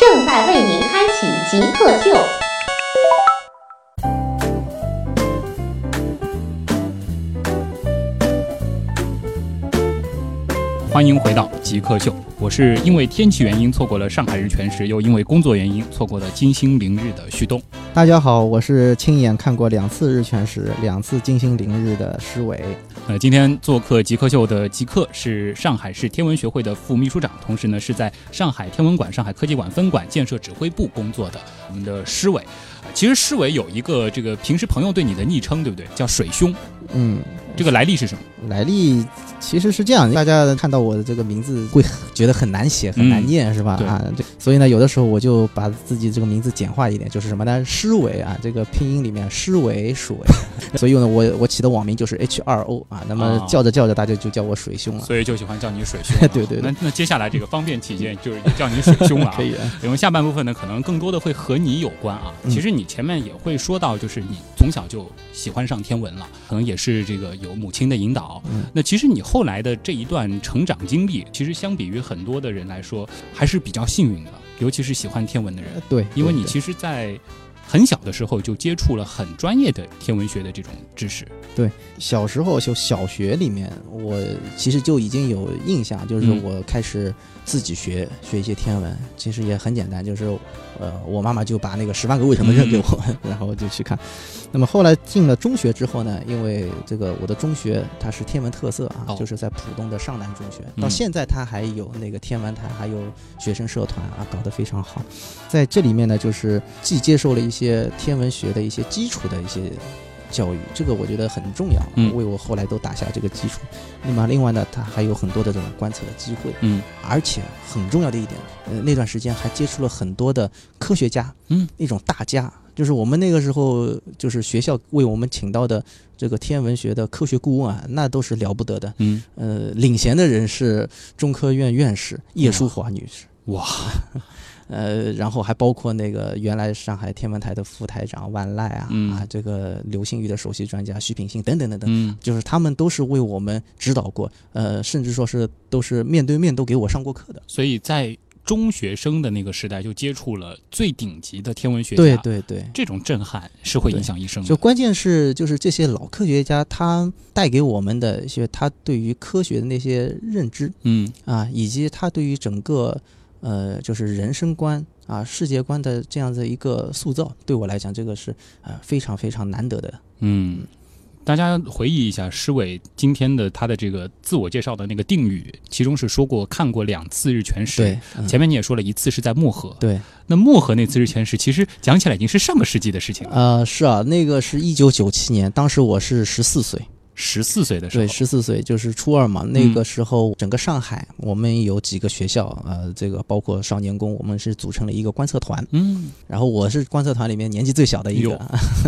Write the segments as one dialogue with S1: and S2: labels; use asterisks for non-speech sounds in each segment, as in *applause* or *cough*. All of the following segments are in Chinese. S1: 正在为您开启极客秀。
S2: 欢迎回到极客秀，我是因为天气原因错过了上海日全食，又因为工作原因错过了金星凌日的旭东。
S3: 大家好，我是亲眼看过两次日全食、两次金星凌日的施伟。
S2: 呃，今天做客极客秀的极客是上海市天文学会的副秘书长，同时呢是在上海天文馆、上海科技馆分馆建设指挥部工作的我们的施伟。呃其实施伟有一个这个平时朋友对你的昵称，对不对？叫水兄，
S3: 嗯，
S2: 这个来历是什么？
S3: 来历其实是这样，大家看到我的这个名字会觉得很难写、很难念，是吧？
S2: 对
S3: 啊，对，所以呢，有的时候我就把自己这个名字简化一点，就是什么呢？施伟啊，这个拼音里面施伟水， *laughs* 所以呢，我我起的网名就是 H 二 O 啊，那么
S2: 哦
S3: 叫着叫着大家就叫我水兄了，
S2: 所以就喜欢叫你水兄啊。
S3: 嗯 *laughs* 对对对
S2: 那那接下来这个方便起见，就是也叫你水兄了、啊。
S3: *laughs* 可以的。
S2: 因为下半部分呢，可能更多的会和你有关啊。
S3: 嗯
S2: 其实你前面也会说到，就是你从小就喜欢上天文了，可能也是这个有母亲的引导。
S3: 嗯
S2: 那其实你后来的这一段成长经历，其实相比于很多的人来说，还是比较幸运的，尤其是喜欢天文的人，
S3: 呃对，
S2: 因为
S3: 对
S2: 你
S3: 对
S2: 其实，在很小的时候就接触了很专业的天文学的这种知识。
S3: 小时候就小学里面，我其实就已经有印象，就是
S2: 嗯
S3: 我开始自己学学一些天文，其实也很简单，就是呃，我妈妈就把那个《十万个为什么》扔给我，
S2: 嗯
S3: *laughs* 然后我就去看。那么后来进了中学之后呢，因为这个我的中学它是天文特色啊，
S2: 哦
S3: 就是在浦东的上南中学，
S2: 嗯
S3: 到现在它还有那个天文台，还有学生社团啊，搞得非常好。在这里面呢，就是既接受了一些天文学的一些基础的一些教育，这个我觉得很重要，
S2: 嗯
S3: 为我后来都打下这个基础。那么另外呢，它还有很多的这种观测的机会，
S2: 嗯，
S3: 而且很重要的一点，呃，那段时间还接触了很多的科学家，
S2: 嗯，
S3: 那种大家，就是我们那个时候就是学校为我们请到的这个天文学的科学顾问啊，那都是了不得的。
S2: 嗯，
S3: 呃，领衔的人是中科院院士叶淑华女士。
S2: 哇，
S3: *laughs* 呃，然后还包括那个原来上海天文台的副台长万籁啊，
S2: 嗯
S3: 啊，这个流星雨的首席专家徐品信等等等等，
S2: 嗯，
S3: 就是他们都是为我们指导过，呃，甚至说是都是面对面都给我上过课的。
S2: 所以在中学生的那个时代就接触了最顶级的天文学家。嗯
S3: 对对对，
S2: 这种震撼是会影响一生的。
S3: 就关键是就是这些老科学家他带给我们的一些他对于科学的那些认知
S2: 嗯
S3: 啊，以及他对于整个呃就是人生观啊世界观的这样的一个塑造，对我来讲这个是呃非常非常难得的。
S2: 嗯，大家回忆一下施伟今天的他的这个自我介绍的那个定语，其中是说过看过两次日全食。
S3: 对，，嗯
S2: 前面你也说了一次是在漠河，
S3: 对，
S2: 那漠河那次日全食其实讲起来已经是上个世纪的事情了，
S3: 呃，是啊，那个是一九九七年，当时我是十四岁，
S2: 十四岁的时候。嗯
S3: 对，十四岁就是初二嘛。那个时候，整个上海我们有几个学校，呃，这个包括少年宫，我们是组成了一个观测团，
S2: 嗯，
S3: 然后我是观测团里面年纪最小的一
S2: 哟
S3: 个， *laughs*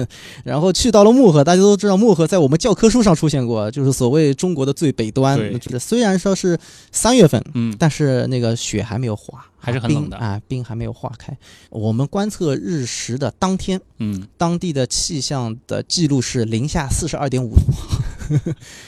S3: 然后去到了漠河，大家都知道漠河在我们教科书上出现过，就是所谓中国的最北端
S2: 对。
S3: 虽然说是三月份，
S2: 嗯，
S3: 但是那个雪还没有化，
S2: 还是很冷的
S3: 冰啊，冰还没有化开。我们观测日食的当天。
S2: 嗯，
S3: 当地的气象的记录是零下四十二点五 *laughs* 度，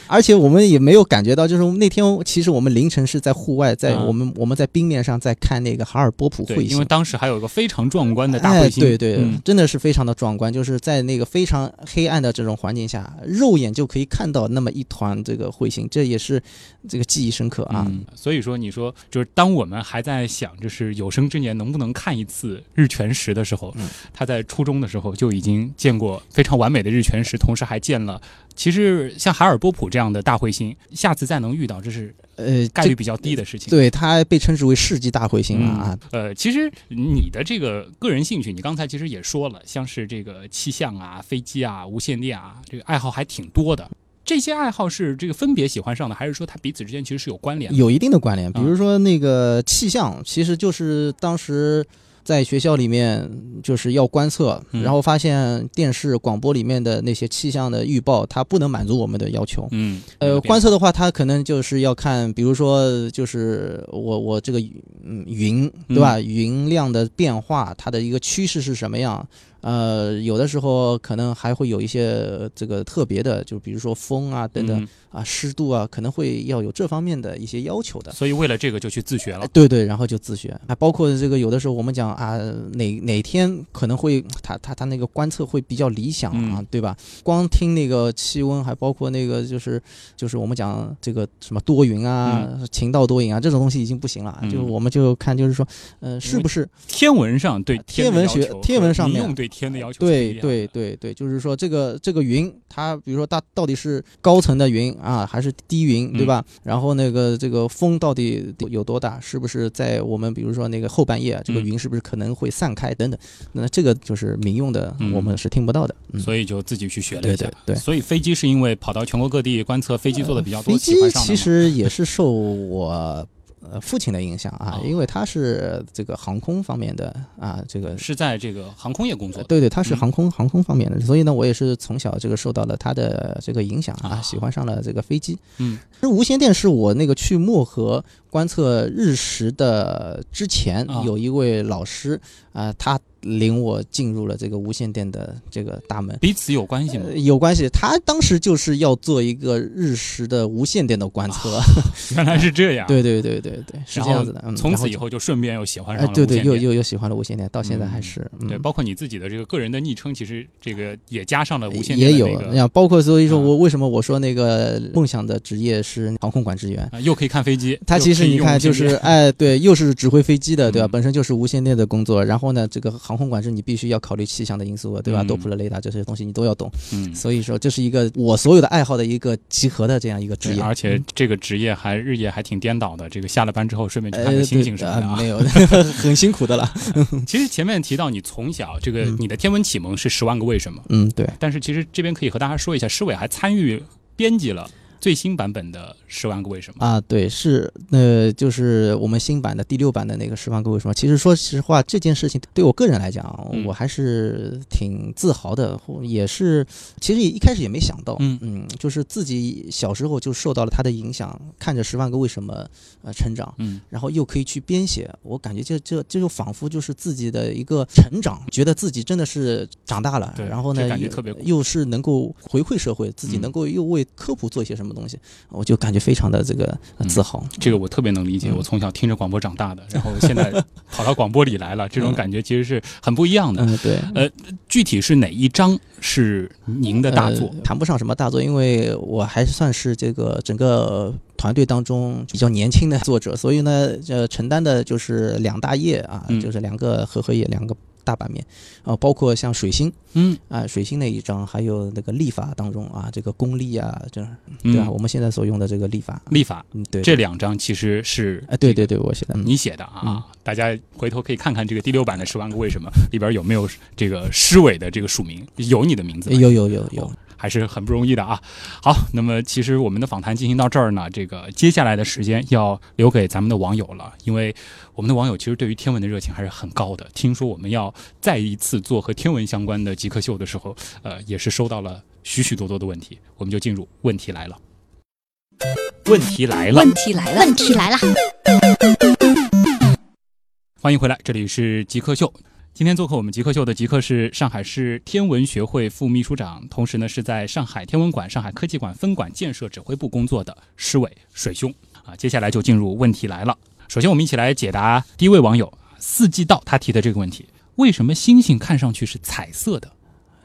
S3: 而且我们也没有感觉到，就是那天其实我们凌晨是在户外，在
S2: 嗯
S3: 我们、我们在冰面上在看那个哈尔波普
S2: 对，
S3: 彗
S2: 因为
S3: 星。
S2: 当时还有一个非常壮观的大彗星，
S3: 哎，对对，
S2: 嗯
S3: 真的是非常的壮观，就是在那个非常黑暗的这种环境下，肉眼就可以看到那么一团这个彗星，这也是这个记忆深刻啊。
S2: 嗯，所以说你说就是当我们还在想就是有生之年能不能看一次日全食的时候，
S3: 嗯
S2: 他在初中的时候就已经见过非常完美的日全食，同时还见了其实像海尔波普这样的大彗星，下次再能遇到这是
S3: 呃，
S2: 概
S3: 这
S2: 率比较低的事情。
S3: 对它被称之为世纪大彗星啊。啊
S2: 呃，其实你的这个个人兴趣，你刚才其实也说了，像是这个气象啊、飞机啊、无线电啊，这个爱好还挺多的。这些爱好是这个分别喜欢上的，还是说它彼此之间其实是有关联的？
S3: 有一定的关
S2: 啊
S3: 联。比如说那个气象，其实就是当时在学校里面就是要观测，
S2: 嗯
S3: 然后发现电视、广播里面的那些气象的预报，它不能满足我们的要求。
S2: 嗯，
S3: 呃，
S2: 有
S3: 观
S2: 变
S3: 测的话，它可能就是要看，比如说，就是我我这个嗯云对吧？云量的变化，它的一个趋势是什么样？呃，有的时候可能还会有一些这个特别的，就比如说风啊等等、
S2: 嗯
S3: 啊，湿度啊，可能会要有这方面的一些要求的。
S2: 所以为了这个就去自学了
S3: 哎，。对对，然后就自学，还包括这个有的时候我们讲啊，哪哪天可能会他他他那个观测会比较理想啊，
S2: 嗯
S3: 对吧？光听那个气温，还包括那个就是就是我们讲这个什么多云啊、晴到多云啊这种东西已经不行了，就
S2: 嗯
S3: 我们就看就是说，呃，是
S2: 为
S3: 不是
S2: 天文上对
S3: 呃天文学天文上面啊
S2: 用对天的要求是不一
S3: 对
S2: 样的
S3: 对对对，就是说这个这个云，它比如说它到底是高层的云啊，还是低云，
S2: 嗯
S3: 对吧？然后那个这个风到底有多大？是不是在我们比如说那个后半夜，啊这个
S2: 嗯
S3: 云是不是可能会散开等等？那这个就是民用的
S2: 嗯，
S3: 我们是听不到的。嗯，
S2: 所以就自己去学了
S3: 对
S2: 一下。
S3: 对对呃
S2: 所以飞机是因为跑到全国各地观测飞机做的比较多，
S3: 飞
S2: 喜
S3: 机
S2: 欢上的
S3: 其
S2: 吗 *laughs*
S3: 实也是受我。呃，父亲的影响啊
S2: 哦，
S3: 因为他是这个航空方面的啊，这个
S2: 是在这个航空业工作的。
S3: 呃对对，他是
S2: 嗯
S3: 航空、航空方面的，所以呢，我也是从小这个受到了他的这个影响啊，
S2: 啊
S3: 喜欢上了这个飞机。
S2: 嗯，
S3: 那无线电是我那个去漠河观测日食的之前
S2: 啊，
S3: 有一位老师啊、他领我进入了这个无线电的这个大门。
S2: 彼此有关系吗
S3: 呃？有关系，他当时就是要做一个日食的无线电的观测，
S2: 原来是这样。，
S3: 对对对对对，是
S2: 然
S3: 这
S2: 后
S3: 样子的。嗯，
S2: 从
S3: 然
S2: 此以后就顺便又喜欢
S3: 就，
S2: 上
S3: 哎，
S2: 了
S3: 对
S2: 无
S3: 对，
S2: 线
S3: 又
S2: 电
S3: 又又喜欢了无线电，到现在还
S2: 嗯
S3: 是、嗯、
S2: 对，包括你自己的这个个人的昵称，其实这个也加上了无线电
S3: 也
S2: 的
S3: 有
S2: 那，个
S3: 你看，包括所以说我
S2: 嗯
S3: 为什么我说那个梦想的职业是航空管制员。
S2: 啊，又可以看飞机。
S3: 他
S2: 又
S3: 其实
S2: 可以
S3: 你
S2: 用
S3: 看，
S2: 无线
S3: 就
S2: 电
S3: 是哎，对，又是指挥飞机的，对吧？
S2: 嗯
S3: 本身就是无线电的工作，然后呢，这个航空管制你必须要考虑气象的因素，啊对吧？
S2: 嗯
S3: 多普勒雷达这些东西你都要懂，
S2: 嗯。
S3: 所以说这是一个我所有的爱好的一个集合的这样一个职
S2: 对，
S3: 业。
S2: 而且
S3: 嗯
S2: 这个职业还日夜还挺颠倒的。这个下了班之后，顺便去
S3: 呃，
S2: 看个星星
S3: 对
S2: 什么的
S3: 呃
S2: 啊。
S3: 没有， *laughs* 很辛苦的了。
S2: 其实前面提到你从小这个
S3: 嗯
S2: 你的天文启蒙是《十万个为什么》，
S3: 嗯，对，
S2: 但是其实这边可以和大家说一下，施伟还参与编辑了最新版本的《十万个为什么》。
S3: 啊，对，是，呃，就是我们新版的第六版的那个《十万个为什么》。其实说实话，这件事情对我个人来讲啊，
S2: 嗯
S3: 我还是挺自豪的，或也是，其实也一开始也没想到，
S2: 嗯
S3: 就是自己小时候就受到了他的影响，看着《十万个为什么》呃成长，
S2: 嗯，
S3: 然后又可以去编写，我感觉这这这就仿佛就是自己的一个成长，觉得自己真的是长大了
S2: 对，
S3: 然后
S2: 这
S3: 呢
S2: 感觉
S3: 又
S2: 特别酷
S3: 又是能够回馈社会，自己
S2: 嗯
S3: 能够又为科普做一些什么东西，我就感觉非常的这个呃
S2: 嗯
S3: 自豪。
S2: 这个我特别能理解，
S3: 嗯
S2: 我从小听着广播长大的，
S3: *laughs*
S2: 然后现在跑到广播里来了，这种感觉其实是很不一样的。
S3: 嗯，对。
S2: 具体是哪一章是您的大作
S3: 呃？谈不上什么大作，因为我还算是这个整个团队当中比较年轻的作者，所以呢，呃，承担的就是两大页啊，
S2: 嗯
S3: 就是两个合合页，两个大版面，啊、包括像水星
S2: 嗯，
S3: 啊、水星那一章，还有那个历法当中啊，这个公历啊，这
S2: 嗯
S3: 对吧、我们现在所用的这个历法，
S2: 历法
S3: 嗯，对，
S2: 这两章其实是
S3: 啊，对对对，我写的，嗯
S2: 你写的啊，大家回头可以看看这个第六版的《十万个为什么》里边有没有这个施伟的这个署名，有你的名字吗
S3: 有有有有
S2: 哦，还是很不容易的啊。好，那么其实我们的访谈进行到这儿呢，这个接下来的时间要留给咱们的网友了，因为我们的网友其实对于天文的热情还是很高的。听说我们要再一次做和天文相关的极客秀的时候，呃，也是收到了许许多多的问题，我们就进入问题来了。问题来了，
S4: 问题来了，问题来了。
S2: 欢迎回来，这里是极客秀。今天做客我们极客秀的极客是上海市天文学会副秘书长，同时呢是在上海天文馆、上海科技馆分馆建设指挥部工作的施伟水兄啊。接下来就进入问题来了，首先我们一起来解答第一位网友四季道他提的这个问题：为什么星星看上去是彩色的？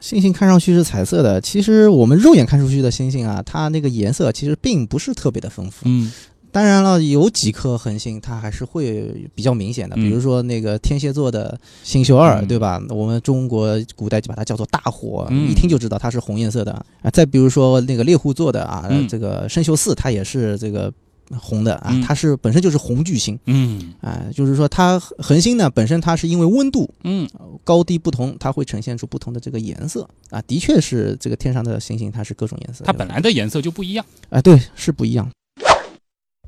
S3: 星星看上去是彩色的，其实我们肉眼看出去的星星啊，它那个颜色其实并不是特别的丰富，
S2: 嗯
S3: 当然了，有几颗恒星它还是会比较明显的，
S2: 嗯
S3: 比如说那个天蝎座的星宿二，
S2: 嗯
S3: 对吧？我们中国古代就把它叫做大火，
S2: 嗯
S3: 一听就知道它是红颜色的啊。再比如说那个猎户座的啊，
S2: 嗯
S3: 这个生锈四，它也是这个。红的啊
S2: 嗯，
S3: 它是本身就是红巨星
S2: 嗯
S3: 啊，就是说它恒星呢本身它是因为温度
S2: 嗯
S3: 高低不同，它会呈现出不同的这个颜色啊，的确是这个天上的星星它是各种颜色的，
S2: 它本来的颜色就不一样。
S3: 啊对是不一样。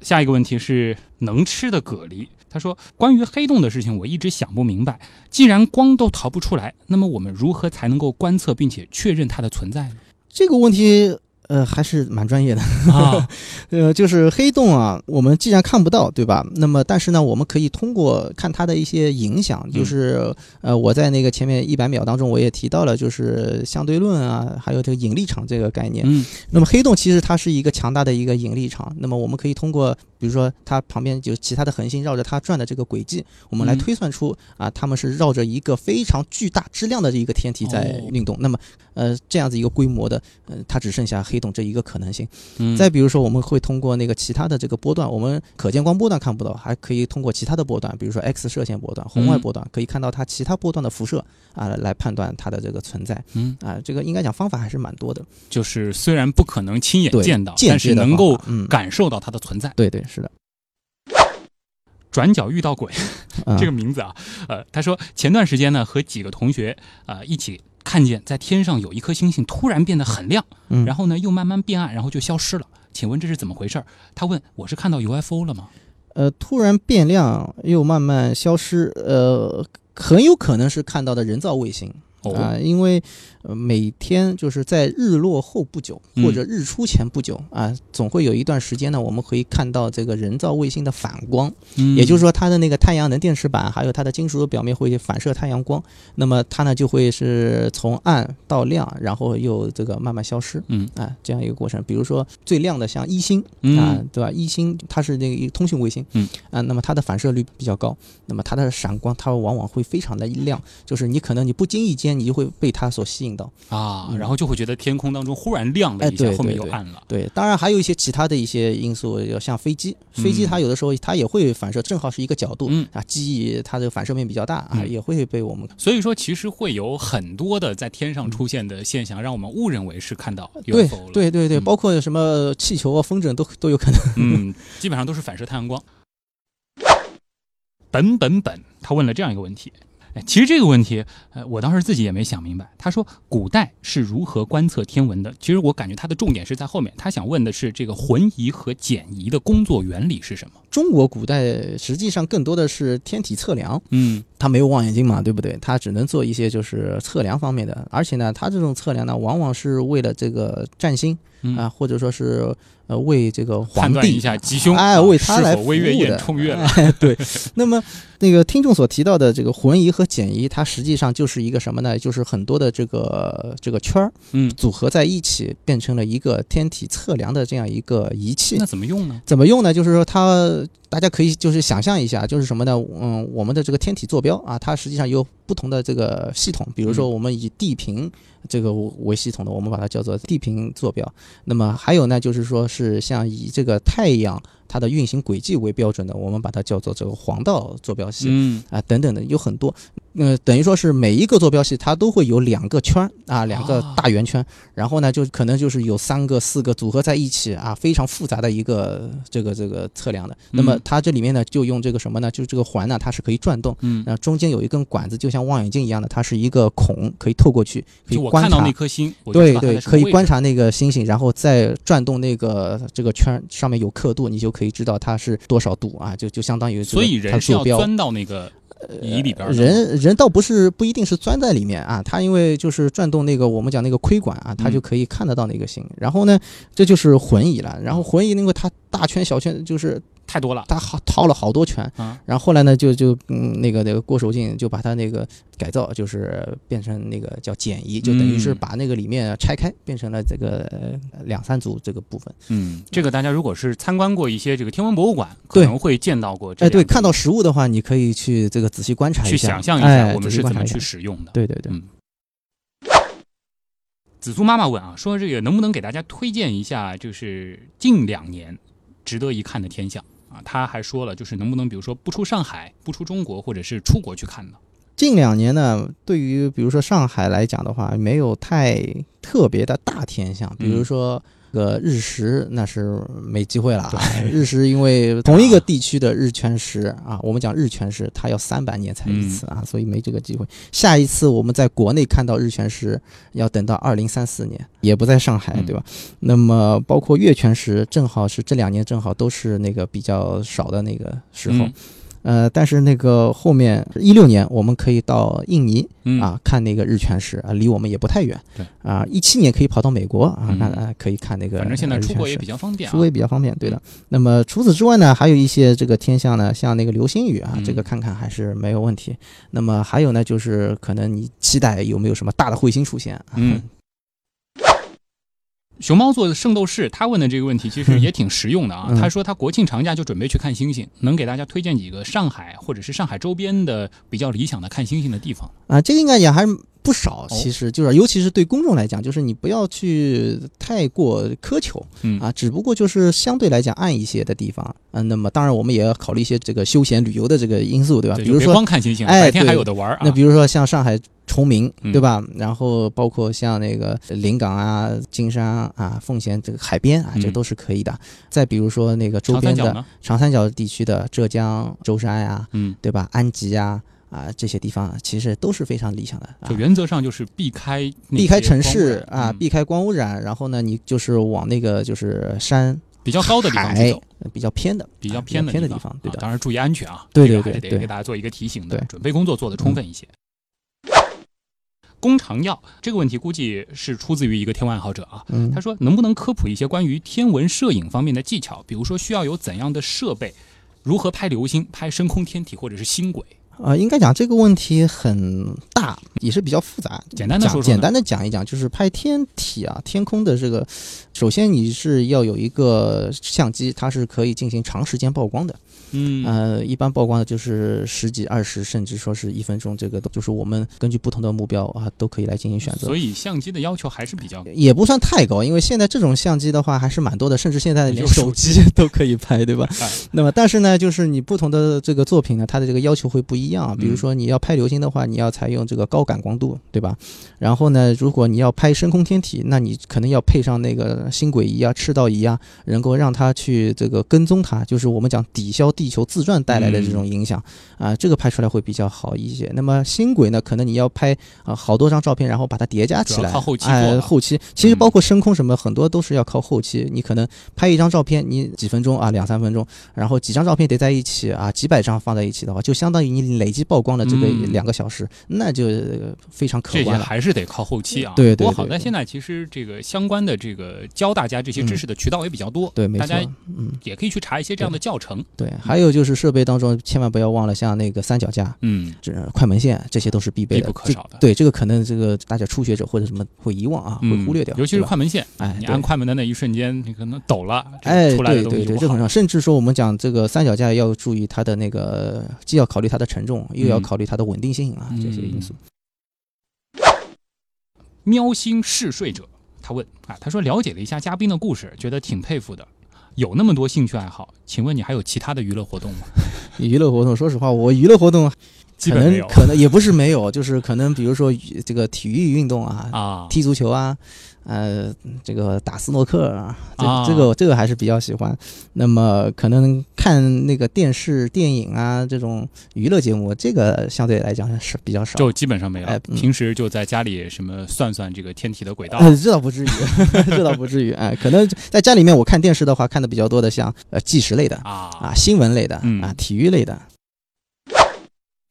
S2: 下一个问题是能吃的蛤蜊。他说：“关于黑洞的事情，我一直想不明白。既然光都逃不出来，那么我们如何才能够观测并且确认它的存在呢？
S3: 这个问题呃还是蛮专业的，
S2: *laughs* 啊，
S3: 呃，就是黑洞啊，我们既然看不到，对吧？那么但是呢，我们可以通过看它的一些影响，
S2: 嗯
S3: 就是呃，我在那个前面一百秒当中我也提到了，就是相对论啊，还有这个引力场这个概念。
S2: 嗯
S3: 那么黑洞其实它是一个强大的一个引力场，那么我们可以通过比如说它旁边有其他的恒星绕着它转的这个轨迹，我们来
S2: 嗯
S3: 推算出啊，它们是绕着一个非常巨大质量的一个天体在
S2: 哦
S3: 运动。那么呃，这样子一个规模的，呃，它只剩下黑洞这一个可能性。
S2: 嗯，
S3: 再比如说，我们会通过那个其他的这个波段，我们可见光波段看不到，还可以通过其他的波段，比如说 X 射线波段、
S2: 嗯
S3: 红外波段，可以看到它其他波段的辐射啊，来判断它的这个存在
S2: 嗯，
S3: 啊。这个应该讲方法还是蛮多的，
S2: 就是虽然不可能亲眼
S3: 对，
S2: 见到，
S3: 间
S2: 但
S3: 接
S2: 是
S3: 的
S2: 能
S3: 方
S2: 够
S3: 法嗯，
S2: 感受到它的存在。
S3: 对对是的，
S2: 转角遇到鬼。”
S3: 嗯、
S2: 这个名字 *laughs* 啊，呃，他说前段时间呢和几个同学啊、呃一起看见在天上有一颗星星突然变得很亮，
S3: 嗯
S2: 然后呢又慢慢变暗，然后就消失了。请问这是怎么回事儿？他问我是看到 UFO 了吗？
S3: 呃，突然变亮又慢慢消失，呃，很有可能是看到的人造卫星。
S2: 哦，
S3: 啊、因为、呃、每天就是在日落后不久
S2: 嗯
S3: 或者日出前不久啊、总会有一段时间呢，我们可以看到这个人造卫星的反光，
S2: 嗯
S3: 也就是说它的那个太阳能电池板还有它的金属的表面会反射太阳光，那么它呢就会是从暗到亮，然后又这个慢慢消失。
S2: 嗯
S3: 啊，这样一个过程，比如说最亮的像一星，啊
S2: 嗯，
S3: 对吧？一星它是那个一通讯卫星，
S2: 嗯
S3: 啊，那么它的反射率比较高，那么它的闪光它往往会非常的亮，就是你可能你不经意间你就会被它所吸引到。
S2: 啊，
S3: 嗯
S2: 然后就会觉得天空当中忽然亮了
S3: 哎
S2: 一下，
S3: 对
S2: 后面
S3: 对
S2: 又
S3: 对
S2: 暗了。
S3: 对，当然还有一些其他的一些因素，像飞机，飞机
S2: 嗯
S3: 它有的时候它也会反射，正好是一个角度，
S2: 嗯
S3: 啊，记忆它的反射面比较大啊，
S2: 嗯
S3: 也会被我们
S2: 所以说，其实会有很多的在天上出现的现象，让我们误认为是看到
S3: 对
S2: UFO 了。，
S3: 对对对，
S2: 嗯
S3: 包括什么气球啊、风筝都都有可能。
S2: 嗯，基本上都是反射太阳光。本本本，他问了这样一个问题。哎其实这个问题，呃，我当时自己也没想明白。他说，古代是如何观测天文的？其实我感觉他的重点是在后面，他想问的是这个浑仪和简仪的工作原理是什么？
S3: 中国古代实际上更多的是天体测量，
S2: 嗯
S3: 它没有望远镜嘛，对不对？它只能做一些就是测量方面的，而且呢，它这种测量呢，往往是为了这个占星
S2: 嗯
S3: 啊、或者说是呃为这个
S2: 判
S3: 皇
S2: 断一
S3: 帝。
S2: 下吉凶，
S3: 哎，
S2: 啊
S3: 为他
S2: 是
S3: 来
S2: 否微月
S3: 服务
S2: 宴
S3: 的
S2: 冲月了？
S3: 哎 *laughs* 对，那么那个听众所提到的这个浑仪和简仪，它实际上就是一个什么呢？就是很多的这个这个圈儿
S2: 嗯，
S3: 组合在一起，变成了一个天体测量的这样一个仪器
S2: 那。怎么用呢？
S3: 怎么用呢？就是说它，大家可以就是想象一下，就是什么呢？嗯，我们的这个天体坐标啊，它实际上有不同的这个系统，比如说
S2: 嗯
S3: 我们以地平这个为系统的，我们把它叫做地平坐标。那么还有呢，就是说是像以这个太阳它的运行轨迹为标准的，我们把它叫做这个黄道坐标系。
S2: 嗯，
S3: 啊，等等的有很多，呃，等于说是每一个坐标系它都会有两个圈儿啊，两个
S2: 哦
S3: 大圆圈，然后呢，就可能就是有三个、四个组合在一起啊，非常复杂的一个这个这个测量的。那么
S2: 嗯
S3: 它这里面呢，就用这个什么呢？就是这个环呢，它是可以转动，
S2: 嗯，
S3: 那、中间有一根管子，就像望远镜一样的，它是一个孔，可以透过去，可以
S2: 就我
S3: 观
S2: 看到
S3: 察
S2: 那。颗星，我就知
S3: 对
S2: 道它
S3: 对，
S2: 在什么
S3: 可以
S2: 位置
S3: 观察那个星星，然后再转动那个这个圈儿，上面有刻度，你就可以知道它是多少度啊，就就相当于这
S2: 所
S3: 个
S2: 以
S3: 它
S2: 人
S3: 的
S2: 是
S3: 坐
S2: 要
S3: 标。呃
S2: 钻到那个仪里边儿的吗，
S3: 人人倒不是不一定是钻在里面啊，他因为就是转动那个我们讲那个窥管啊，他
S2: 嗯
S3: 就可以看得到那个星。然后呢，这就是魂仪了。然后魂仪因为它大圈小圈就是
S2: 太多了
S3: 它好套了好多圈，
S2: 啊。
S3: 然后后来呢就就嗯那个那个郭守敬就把它那个改造，就是变成那个叫简仪，就等于是
S2: 嗯
S3: 把那个里面拆开，变成了这个呃两三组这个部分。
S2: 嗯，这个大家如果是参观过一些这个天文博物馆，可
S3: 对
S2: 能会见到过这
S3: 哎，
S2: 样的。
S3: 对，看到实物的话，你可以去这个仔细观察一下，
S2: 去想象一
S3: 哎
S2: 下我们
S3: 仔细
S2: 是
S3: 观
S2: 怎
S3: 察
S2: 么
S3: 一下
S2: 去使用的。
S3: 对对对。
S2: 嗯。紫苏妈妈问啊，说这个能不能给大家推荐一下，就是近两年值得一看的天象啊？她还说了，就是能不能比如说不出上海、不出中国，或者是出国去看呢？
S3: 近两年呢，对于比如说上海来讲的话，没有太特别的大天象，比如说、这个日食那是没机会了啊。 *laughs* 日食因为同一个地区的日全食啊，我们讲日全食，它要三百年才一次啊，所以没这个机会。下一次我们在国内看到日全食，要等到二零三四年，也不在上海，
S2: 嗯
S3: 对吧？那么包括月全食，正好是这两年正好都是那个比较少的那个时候。
S2: 嗯
S3: 呃，但是那个后面一六年，我们可以到印尼，
S2: 嗯
S3: 啊，看那个日全食啊，离我们也不太远。
S2: 对
S3: 啊，一七年可以跑到美国啊，
S2: 嗯
S3: 那那可以看那个。
S2: 反正现在出国也比
S3: 较、
S2: 较方便、啊，
S3: 出国也比较方便，对的。那么除此之外呢，还有一些这个天象呢，像那个流星雨啊，
S2: 嗯
S3: 这个看看还是没有问题。那么还有呢，就是可能你期待有没有什么大的彗星出现？啊
S2: 嗯，熊猫做的圣斗士，他问的这个问题其实也挺实用的啊。
S3: 嗯
S2: 他说他国庆长假就准备去看星星，能给大家推荐几个上海或者是上海周边的比较理想的看星星的地方？
S3: 啊，这个应该也还不
S2: 哦
S3: 少。其实就是，尤其是对公众来讲，就是你不要去太过苛求。
S2: 嗯
S3: 啊，只不过就是相对来讲暗一些的地方，嗯，那么当然我们也要考虑一些这个休闲旅游的这个因素，对吧？
S2: 对
S3: 比
S2: 就
S3: 如
S2: 别
S3: 说，
S2: 光看星星，
S3: 哎
S2: 白天还
S3: 对
S2: 有的玩儿啊。
S3: 那比如说像上海崇明，
S2: 嗯
S3: 对吧？然后包括像那个临港啊、金山啊啊、奉贤这个海边啊，这
S2: 嗯
S3: 都是可以的。再比如说那个周
S2: 长三
S3: 边
S2: 角
S3: 的
S2: 呢？
S3: 长三角地区的浙江舟山呀、
S2: 嗯，
S3: 对吧？安吉呀、啊，这些地方其实都是非常理想的。啊
S2: 就。原则上就是避开那
S3: 避开
S2: 些
S3: 城
S2: 光
S3: 市
S2: 污染
S3: 啊，
S2: 嗯
S3: 避开光污染，然后呢，你就是往那个就是山
S2: 比较高的地方去
S3: 海
S2: 走，
S3: 呃比较偏的，
S2: 比较
S3: 啊
S2: 偏的
S3: 偏的
S2: 地
S3: 地
S2: 方
S3: 方，对
S2: 啊
S3: 的
S2: 当然注意安全啊，
S3: 对
S2: 这个
S3: 对
S2: 还是
S3: 对
S2: 得
S3: 对
S2: 给大家做一个提醒的，
S3: 对嗯
S2: 准备工作做得充分一些。工长药这个问题估计是出自于一个天文爱好者啊，
S3: 嗯
S2: 他，说能不能科普一些关于天文摄影方面的技巧，比如说需要有怎样的设备，如何拍流星、拍深空天体或者是星轨？
S3: 呃，应该讲这个问题很大，也是比较复杂。
S2: 简单地
S3: 讲
S2: 哎说说
S3: 简
S2: 呢
S3: 单的讲一讲，就是拍天体啊，天空的这个，首先你是要有一个相机，它是可以进行长时间曝光的。
S2: 嗯
S3: 呃，一般曝光的就是十几、二十，甚至说是一分钟，这个都就是我们根据不同的目标啊，都可以来进行选择。
S2: 所以相机的要求还是比较高。
S3: 也不算太高，因为现在这种相机的话还是蛮多的，甚至现在连
S2: 有手
S3: 手机 *laughs* 都可以拍，对吧
S2: 哎？
S3: 那么，但是呢，就是你不同的这个作品呢，它的这个要求会不一样。比如说你要拍流星的话，你要采用这个高感光度，对吧？然后呢，如果你要拍深空天体，那你可能要配上那个星轨仪啊、赤道仪啊，能够让它去这个跟踪它，就是我们讲抵消地球自转带来的这
S2: 嗯
S3: 种影响啊、这个拍出来会比较好一些。那么星轨呢，可能你要拍啊、好多张照片，然后把它叠加起
S2: 主
S3: 来，
S2: 要靠后期做嗯
S3: 哎
S2: 了
S3: 后期其实包括深空什么，很多都是要靠后期。你可能拍一张照片，你几分钟啊，两三分钟，然后几张照片叠在一起啊，几百张放在一起的话，就相当于你累计曝光的这个
S2: 嗯
S3: 两个小时，那就呃非常可
S2: 这些
S3: 观了。
S2: 还是得靠后期啊。
S3: 对对
S2: 不过好
S3: 对
S2: 在
S3: 对
S2: 现在其实这个相关的这个教大家这些
S3: 嗯
S2: 知识的渠道也比较多，
S3: 对，没
S2: 大
S3: 错
S2: 家，
S3: 嗯，
S2: 也可以去查一些这样的教程。
S3: 对。还有就是设备当中，千万不要忘了像那个三脚架、
S2: 嗯，
S3: 这呃快门线，这些都是必备
S2: 必
S3: 的，
S2: 不可
S3: 这
S2: 少的。
S3: 对，这个可能这个大家初学者或者什么会遗忘啊，会
S2: 嗯
S3: 忽略掉，
S2: 尤其是
S3: 对吧
S2: 快门线，
S3: 哎，
S2: 你
S3: 对
S2: 按快门的那一瞬间，你可能抖了，这个
S3: 哎，
S2: 出来的
S3: 对
S2: 东西
S3: 对
S2: 就
S3: 对，
S2: 不
S3: 这
S2: 好
S3: 很重要。甚至说，我们讲这个三脚架要注意它的那个，既要考虑它的承重，又要
S2: 嗯
S3: 考虑它的稳定性啊，这些因素。
S2: 喵星嗜睡者，他问啊，他说了解了一下嘉宾的故事，觉得挺佩服的。有那么多兴趣爱好，请问你还有其他的娱乐活动吗？
S3: 娱乐活动，说实话，我娱乐活动
S2: 基
S3: 可
S2: 本没
S3: 能
S2: 有
S3: 可能也不是没有， *laughs* 就是可能比如说与这个体育运动啊，
S2: 啊。
S3: 踢足球啊，呃，这个打斯诺克啊，这
S2: 啊
S3: 这个这个还是比较喜欢。那么可能看那个电视、电影啊这种娱乐节目，这个相对来讲是比较少。
S2: 就基本上没有
S3: 哎，嗯
S2: 平时就在家里什么算算这个天体的轨道，
S3: 呃，这倒不至于， *laughs* 这倒不至于。哎，可能在家里面我看电视的话，看的比较多的像呃纪实类的
S2: 啊
S3: 啊、，新闻类的
S2: 嗯
S3: 啊、体育类的。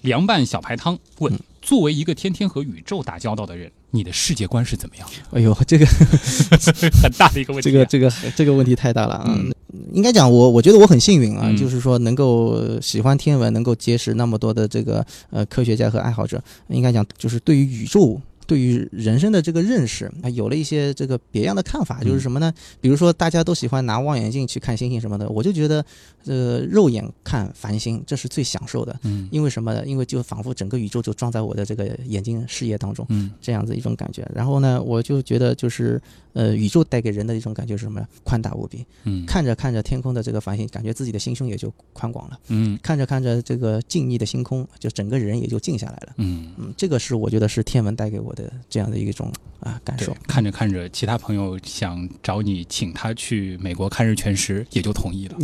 S2: 凉拌小排汤问
S3: 嗯：
S2: 作为一个天天和宇宙打交道的人，你的世界观是怎么
S3: *laughs*
S2: 样？
S3: 哎呦，这个
S2: 很大的一个问题
S3: 这
S2: 啊。
S3: 个这个这个问题太大了啊！
S2: 嗯
S3: 应该讲我我觉得我很幸运啊，
S2: 嗯
S3: 就是说能够喜欢天文，能够结识那么多的这个呃科学家和爱好者。应该讲就是对于宇宙。对于人生的这个认识啊，有了一些这个别样的看法，
S2: 嗯
S3: 就是什么呢？比如说，大家都喜欢拿望远镜去看星星什么的，我就觉得，呃，肉眼看繁星，这是最享受的。
S2: 嗯
S3: 因为什么呢？因为就仿佛整个宇宙就装在我的这个眼睛视野当中，
S2: 嗯
S3: 这样子一种感觉。然后呢，我就觉得就是，呃，宇宙带给人的一种感觉是什么呢？宽大无比。
S2: 嗯
S3: 看着看着天空的这个繁星，感觉自己的心胸也就宽广了；
S2: 嗯
S3: 看着看着这个静谧的星空，就整个人也就静下来了。
S2: 嗯，
S3: 嗯，这个是我觉得是天文带给我的这样的一种啊感
S2: 对
S3: 受。，
S2: 看着看着，其他朋友想找你请他去美国看日全食，也就同意 *laughs* 了。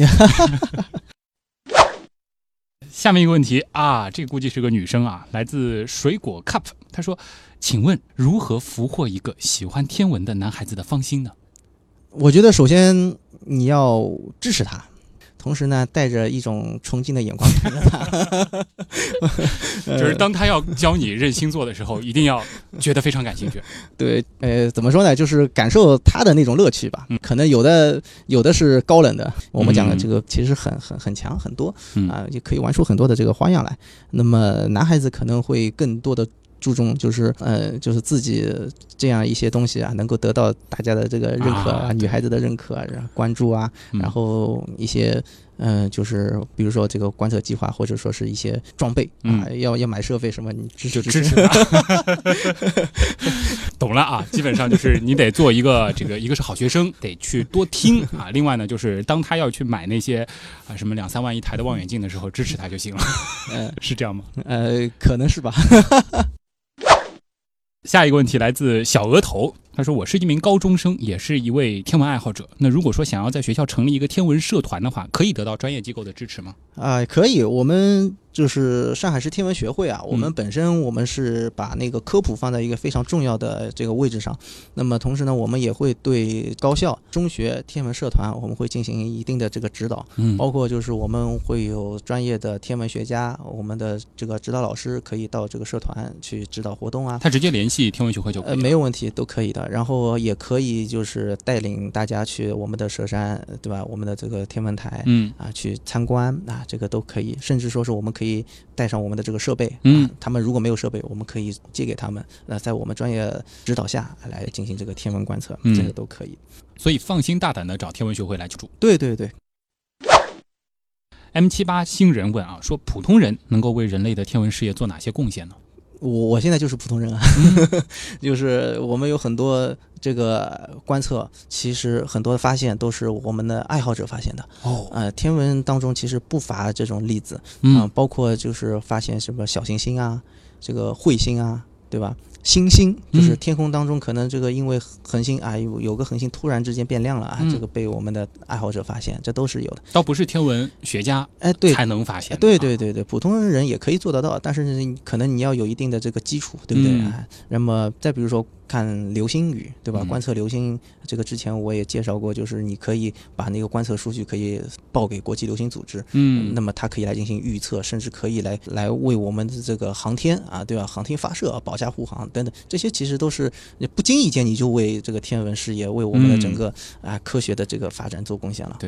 S2: 下面一个问题啊，这估计是个女生啊，来自水果 cup，她说：“请问如何俘获一个喜欢天文的男孩子的芳心呢
S3: 我觉得首先你要支持他，同时呢，带着一种崇敬的眼光看着他。？”
S2: 就是当他要教你认星座的时候，一定要觉得非常感兴趣。
S3: *laughs* 对， *laughs* 呃，怎么说呢？就是感受他的那种乐趣吧。
S2: 嗯
S3: 可能有的有的是高冷的，我们讲的
S2: 嗯
S3: 这个其实很很很强很多
S2: 嗯
S3: 啊，也可以玩出很多的这个花样来。那么男孩子可能会更多的。注重就是呃，就是自己这样一些东西啊，能够得到大家的这个认可
S2: 啊
S3: 女孩子的认可、然后关注啊，
S2: 嗯
S3: 然后一些嗯、呃就是比如说这个观测计划，或者说是一些装备啊，要要买设备什么，你支持
S2: 嗯就支持他。 *laughs* 懂了啊，基本上就是你得做一个这个，一个是好学生，得去多听
S3: *laughs*
S2: 啊。另外呢，就是当他要去买那些啊什么两三万一台的望远镜的时候，支持他就行了， *laughs*
S3: 呃
S2: 是这样吗？
S3: 呃，可能是吧。
S2: 下一个问题来自小额头，他说：“我是一名高中生，也是一位天文爱好者。那如果说想要在学校成立一个天文社团的话，可以得到专业机构的支持吗？
S3: 啊、可以，我们就是上海市天文学会啊，我
S2: 嗯
S3: 们本身我们是把那个科普放在一个非常重要的这个位置上，那么同时呢，我们也会对高校、中学天文社团，我们会进行一定的这个指导，
S2: 嗯
S3: 包括就是我们会有专业的天文学家，我们的这个指导老师可以到这个社团去指导活动啊，
S2: 他直接联系天文学会就可以
S3: 呃，
S2: 了。
S3: 没有问题，都可以的。然后也可以就是带领大家去我们的佘山，对吧？我们的这个天文台，
S2: 嗯
S3: 啊去参观啊，这个都可以，甚至说是我们可以带上我们的这个设备，
S2: 嗯
S3: 啊，他们如果没有设备，我们可以借给他们，那、在我们专业指导下来进行这个天文观测，
S2: 嗯
S3: 这个都可以。
S2: 所以放心大胆的找天文学会来助。
S3: 对对对，
S2: M 七八星人问啊，说普通人能够为人类的天文事业做哪些贡献呢？
S3: 我我现在就是普通人啊，
S2: 嗯
S3: *laughs* 就是我们有很多这个观测，其实很多发现都是我们的爱好者发现的，
S2: 哦，
S3: 呃，天文当中其实不乏这种例子，嗯、
S2: 嗯，
S3: 包括就是发现什么小行星啊，这个彗星啊，对吧？星星就是
S2: 嗯
S3: 天空当中可能这个因为恒星啊有有个恒星突然之间变亮了啊，这
S2: 嗯
S3: 个被我们的爱好者发现，这都是有的。
S2: 倒不是天文学家
S3: 哎，对。
S2: 才能发现的啊，
S3: 对对对对，普通人也可以做得到，但是你可能你要有一定的这个基础，对不对？
S2: 嗯
S3: 啊，那么再比如说看流星雨，对吧？
S2: 嗯
S3: 观测流星这个之前我也介绍过，就是你可以把那个观测数据可以报给国际流行组织，
S2: 嗯，
S3: 那么它可以来进行预测，甚至可以来来为我们的这个航天啊，对吧？航天发射、啊、保驾护航等等，这些其实都是你不经意间你就为这个天文事业、为我们的整
S2: 嗯
S3: 个啊、科学的这个发展做贡献了。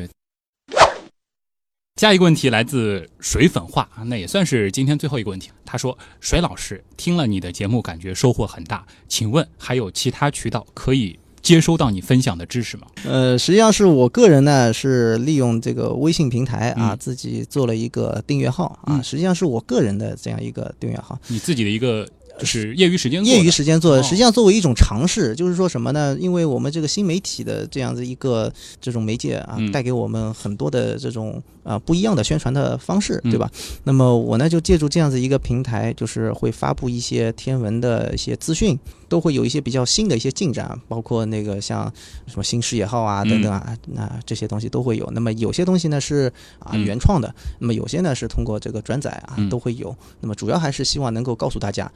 S2: 下一个问题来自水粉画，那也算是今天最后一个问题。他说：“水老师听了你的节目，感觉收获很大，请问还有其他渠道可以接收到你分享的知识吗
S3: 呃，实际上是我个人呢，是利用这个微信平台啊，
S2: 嗯
S3: 自己做了一个订阅号啊，
S2: 嗯
S3: 实际上是我个人的这样一个订阅号。？”
S2: 你自己的一个就是业余时间做的，
S3: 业余时间做
S2: 哦
S3: 的，实际上作为一种尝试，就是说什么呢？因为我们这个新媒体的这样子一个这种媒介啊
S2: 嗯，
S3: 带给我们很多的这种啊不一样的宣传的方式，
S2: 嗯
S3: 对吧？那么我呢就借助这样子一个平台，就是会发布一些天文的一些资讯，都会有一些比较新的一些进展，包括那个像什么新视野号啊
S2: 嗯
S3: 等等啊，那这些东西都会有。那么有些东西呢是啊
S2: 嗯
S3: 原创的，那么有些呢是通过这个转载啊
S2: 嗯
S3: 都会有。那么主要还是希望能够告诉大家，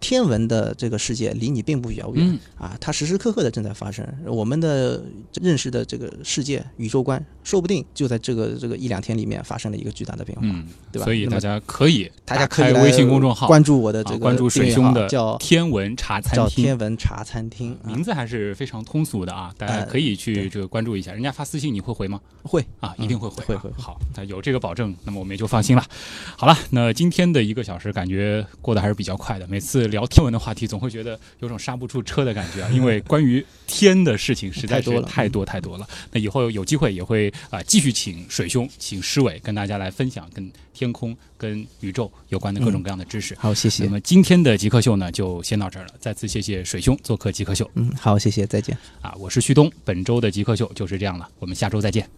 S3: 天文的这个世界离你并不遥远、
S2: 嗯
S3: 啊，它时时刻刻的正在发生。我们的认识的这个世界宇宙观，说不定就在这个这个一两天里面发生了一个巨大的变化，
S2: 嗯，
S3: 对吧？
S2: 所以
S3: 那
S2: 大
S3: 么
S2: 家可以
S3: 大家
S2: 打
S3: 可
S2: 开
S3: 以来
S2: 微信公众号
S3: 关注我的这
S2: 啊
S3: 个
S2: 关注水
S3: 订阅
S2: 兄
S3: 号
S2: 的
S3: 叫
S2: 天文茶餐
S3: 叫
S2: 厅
S3: 天。文茶餐厅啊
S2: 名，字还是非常通俗的啊，大家
S3: 呃
S2: 可以去
S3: 对
S2: 这个关注一下。人家发私信你会回吗？
S3: 会
S2: 啊，
S3: 嗯
S2: 一定会回啊、
S3: 会会会
S2: 好，那有这个保证，那么我们也就放心了。好了，那今天的一个小时感觉过得还是比较快的。每次聊天文的话题，总会觉得有种刹不住车的感觉啊，因为关于天的事情实在是
S3: 太多了
S2: 太多太多了。那以后有机会也会啊、继续请水兄、请师伟跟大家来分享跟天空、跟宇宙有关的各种各样的知识。
S3: 好，嗯谢
S2: 那
S3: 谢，
S2: 么今天的极客秀呢，就先到这儿了。再次谢谢水兄做客极客秀
S3: 嗯，好，谢谢，再见。
S2: 啊，我是旭东，本周的极客秀就是这样了，我们下周再见，